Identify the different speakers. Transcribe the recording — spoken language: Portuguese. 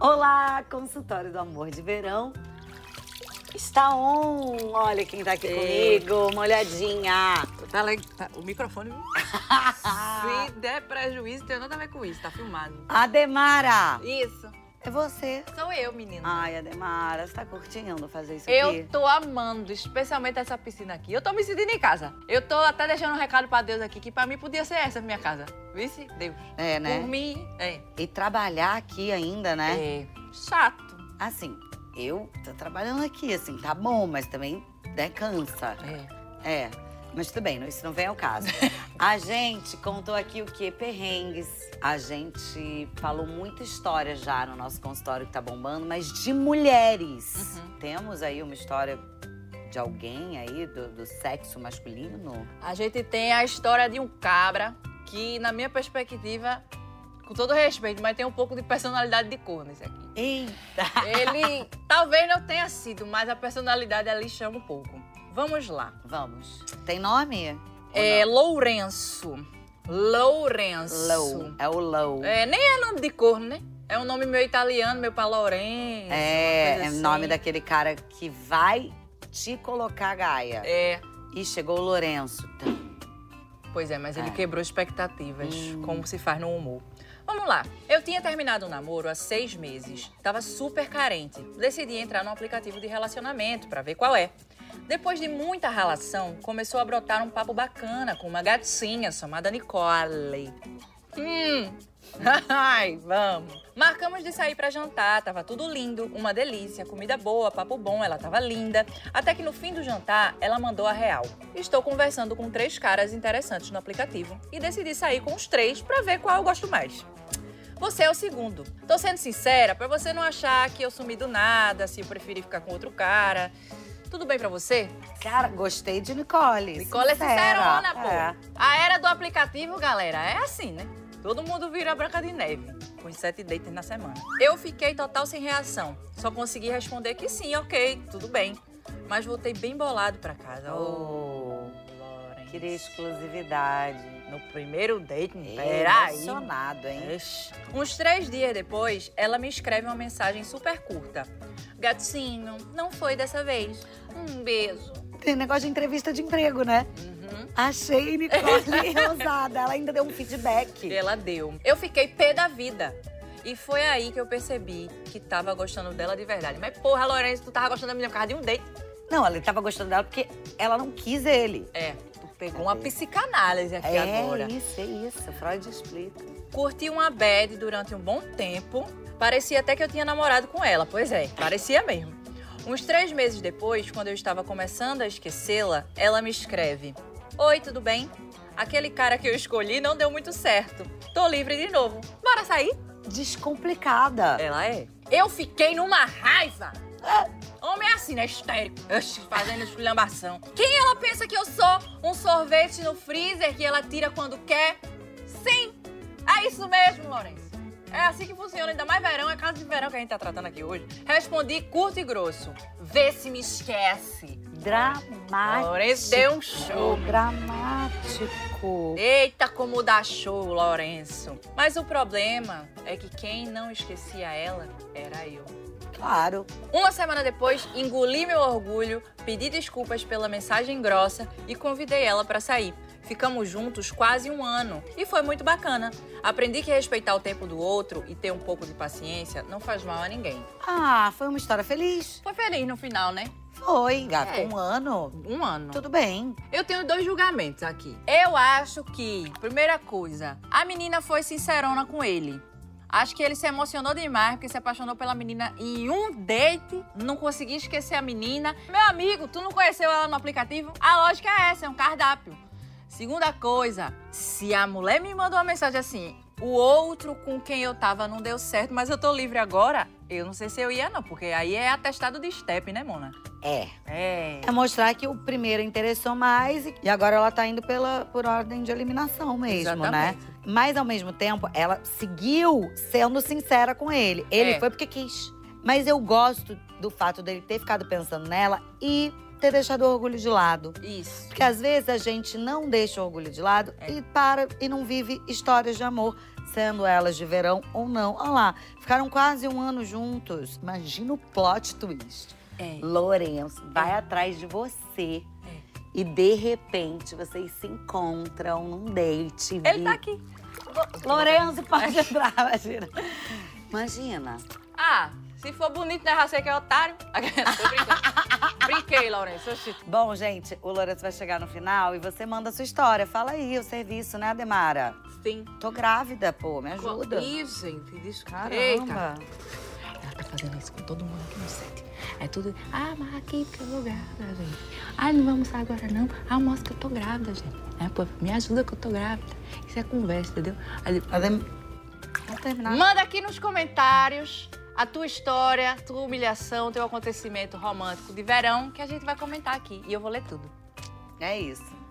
Speaker 1: Olá, consultório do amor de verão. Está on. Olha quem tá aqui
Speaker 2: Ei.
Speaker 1: comigo, uma olhadinha.
Speaker 2: Tá le- tá- o microfone. Se der prejuízo, tem nada a ver com isso. Tá filmado.
Speaker 1: Ademara,
Speaker 2: Isso.
Speaker 1: é você.
Speaker 2: Sou eu, menina.
Speaker 1: Ai, Ademara, você tá curtindo fazer isso
Speaker 2: eu
Speaker 1: aqui?
Speaker 2: tô amando, especialmente essa piscina aqui. Eu tô me sentindo em casa. Eu tô até deixando um recado pra Deus aqui, que pra mim podia ser essa minha casa. Vice, Deus.
Speaker 1: É, né?
Speaker 2: Por mim, é.
Speaker 1: E trabalhar aqui ainda, né?
Speaker 2: É. Chato.
Speaker 1: Assim, eu tô trabalhando aqui, assim, tá bom, mas também né, cansa.
Speaker 2: É.
Speaker 1: É, mas tudo bem, não- isso não vem ao caso. A gente contou aqui o quê? Perrengues. A gente falou muita história já no nosso consultório que tá bombando, mas de mulheres.
Speaker 2: Uhum.
Speaker 1: Temos aí uma história de alguém aí do, do sexo masculino?
Speaker 2: A gente tem a história de um cabra que, na minha perspectiva, com todo respeito, mas tem um pouco de personalidade de cor nesse aqui.
Speaker 1: Eita!
Speaker 2: Ele talvez não tenha sido, mas a personalidade ali chama um pouco. Vamos lá.
Speaker 1: Vamos. Tem nome?
Speaker 2: É Lourenço. Lourenço.
Speaker 1: Low. É o Low.
Speaker 2: É, nem é nome de cor, né? É um nome meu italiano, meu pra Lourenço.
Speaker 1: É,
Speaker 2: uma
Speaker 1: é
Speaker 2: coisa
Speaker 1: nome
Speaker 2: assim.
Speaker 1: daquele cara que vai te colocar a gaia.
Speaker 2: É.
Speaker 1: E chegou o Lourenço.
Speaker 2: Pois é, mas ele
Speaker 1: É.
Speaker 2: quebrou expectativas,
Speaker 1: Hum.
Speaker 2: como se faz no humor. Vamos lá. Eu tinha terminado um namoro há seis meses. Tava super carente. Decidi entrar num aplicativo de relacionamento pra ver qual é. Depois de muita relação, começou a brotar um papo bacana com uma gatinha chamada Nicole. Hum! Ai, vamos! Marcamos de sair pra jantar, tava tudo lindo, uma delícia, comida boa, papo bom, ela tava linda. Até que no fim do jantar, ela mandou a real. Estou conversando com três caras interessantes no aplicativo e decidi sair com os três pra ver qual eu gosto mais. Você é o segundo. Tô sendo sincera pra você não achar que eu sumi do nada, se eu preferi ficar com outro cara. Tudo bem pra você?
Speaker 1: Cara, gostei de Nicole.
Speaker 2: Nicole é sincerona, pô.
Speaker 1: É.
Speaker 2: A era do aplicativo, galera, é assim, né? Todo mundo vira branca de neve, com os sete dates na semana. Eu fiquei total sem reação. Só consegui responder que sim, ok, tudo bem. Mas voltei bem bolado pra
Speaker 1: É.
Speaker 2: casa. Ô,
Speaker 1: Oh,
Speaker 2: Lawrence.
Speaker 1: queria exclusividade. Tá
Speaker 2: No primeiro date, peraí.
Speaker 1: Emocionado, hein?
Speaker 2: Ixi. Uns três dias depois, ela me escreve uma mensagem super curta. Gatinho, não foi dessa vez. Um beijo.
Speaker 1: Tem negócio de entrevista de emprego, né?
Speaker 2: Uhum.
Speaker 1: Achei Nicole ousada. Ela ainda deu um feedback.
Speaker 2: Ela deu. Eu fiquei pé da vida. E foi aí que eu percebi que tava gostando dela de verdade. Mas porra, Lourenço, tu tava gostando da menina por causa de um date.
Speaker 1: Não, ela tava gostando dela porque ela não quis ele.
Speaker 2: É, tu pegou uma psicanálise aqui
Speaker 1: é
Speaker 2: agora.
Speaker 1: isso, é isso. Freud explica.
Speaker 2: Curti uma bad durante um bom tempo. Parecia até que eu tinha namorado com ela. Pois é, parecia mesmo. Uns três meses depois, quando eu estava começando a esquecê-la, ela me escreve: Oi, tudo bem? Aquele cara que eu escolhi não deu muito certo. Tô livre de novo. Bora sair?
Speaker 1: Descomplicada.
Speaker 2: Ela é. Eu fiquei numa raiva. Homem é assim, né? Histérico. Oxi, Fazendo esculhambação. Quem ela pensa que eu sou? Um sorvete no freezer que ela tira quando quer? Sim! É isso mesmo, Lourenço. É assim que funciona, ainda mais verão, é casa de verão que a gente tá tratando aqui hoje. Respondi curto e grosso. Vê se me esquece.
Speaker 1: Dramático.
Speaker 2: Lourenço deu um show.
Speaker 1: Dramático.
Speaker 2: Eita, como dá show, Lourenço. Mas o problema é que quem não esquecia ela era eu.
Speaker 1: Claro.
Speaker 2: Uma semana depois, engoli meu orgulho, pedi desculpas pela mensagem grossa e convidei ela pra sair. Ficamos juntos quase um ano e foi muito bacana. Aprendi que respeitar o tempo do outro e ter um pouco de paciência não faz mal a ninguém.
Speaker 1: Ah, foi uma história feliz.
Speaker 2: Foi feliz no final, né?
Speaker 1: Foi, gato.
Speaker 2: É.
Speaker 1: Um ano.
Speaker 2: Um ano.
Speaker 1: Tudo bem.
Speaker 2: Eu tenho dois julgamentos aqui. Eu acho que, primeira coisa, a menina foi sincerona com ele. Acho que ele se emocionou demais porque se apaixonou pela menina em um date, não conseguia esquecer a menina. Meu amigo, tu não conheceu ela no aplicativo? A lógica é essa, é um cardápio. Segunda coisa, se a mulher me mandou uma mensagem assim, o outro com quem eu tava não deu certo, mas eu tô livre agora, eu não sei se eu ia não, porque aí é atestado de step, né, Mona?
Speaker 1: É.
Speaker 2: É.
Speaker 1: É mostrar que o primeiro interessou mais e e agora ela tá indo pela, por ordem de eliminação mesmo, né?
Speaker 2: Exatamente.
Speaker 1: Mas ao mesmo tempo, ela seguiu sendo sincera com ele. Ele
Speaker 2: É.
Speaker 1: foi porque quis. Mas eu gosto do fato dele ter ficado pensando nela e ter deixado o orgulho de lado.
Speaker 2: Isso.
Speaker 1: Porque às vezes a gente não deixa o orgulho de lado
Speaker 2: É.
Speaker 1: e para e não vive histórias de amor sendo elas de verão ou não. Olha lá, ficaram quase um ano juntos. Imagina o plot twist.
Speaker 2: É.
Speaker 1: Lourenço vai atrás de você.
Speaker 2: É.
Speaker 1: E de repente vocês se encontram num date.
Speaker 2: Ele tá aqui.
Speaker 1: Lourenço pode entrar, imagina. Imagina.
Speaker 2: Ah, se for bonito, né, Racê, que é otário. Tô brincando. Brinquei, Lourenço. Oxi.
Speaker 1: Bom, gente, o Lourenço vai chegar no final e você manda a sua história. Fala aí o serviço, né, Demara?
Speaker 2: Sim.
Speaker 1: Tô grávida, pô, me ajuda.
Speaker 2: Ih, gente, desculpa. Eita.
Speaker 1: Caramba.
Speaker 2: Ela tá fazendo isso com todo mundo aqui no set. É tudo. Ah, mas aqui porque eu tô grávida, gente. Ah, não vamos almoçar agora, não. Almoça que eu tô grávida, gente. É, pô, me ajuda que eu tô grávida. Isso é conversa, entendeu? Aí depois-
Speaker 1: Mas é- Vamos terminar.
Speaker 2: Manda aqui nos comentários a tua história, a tua humilhação, teu acontecimento romântico de verão, que a gente vai comentar aqui. E eu vou ler tudo.
Speaker 1: É isso.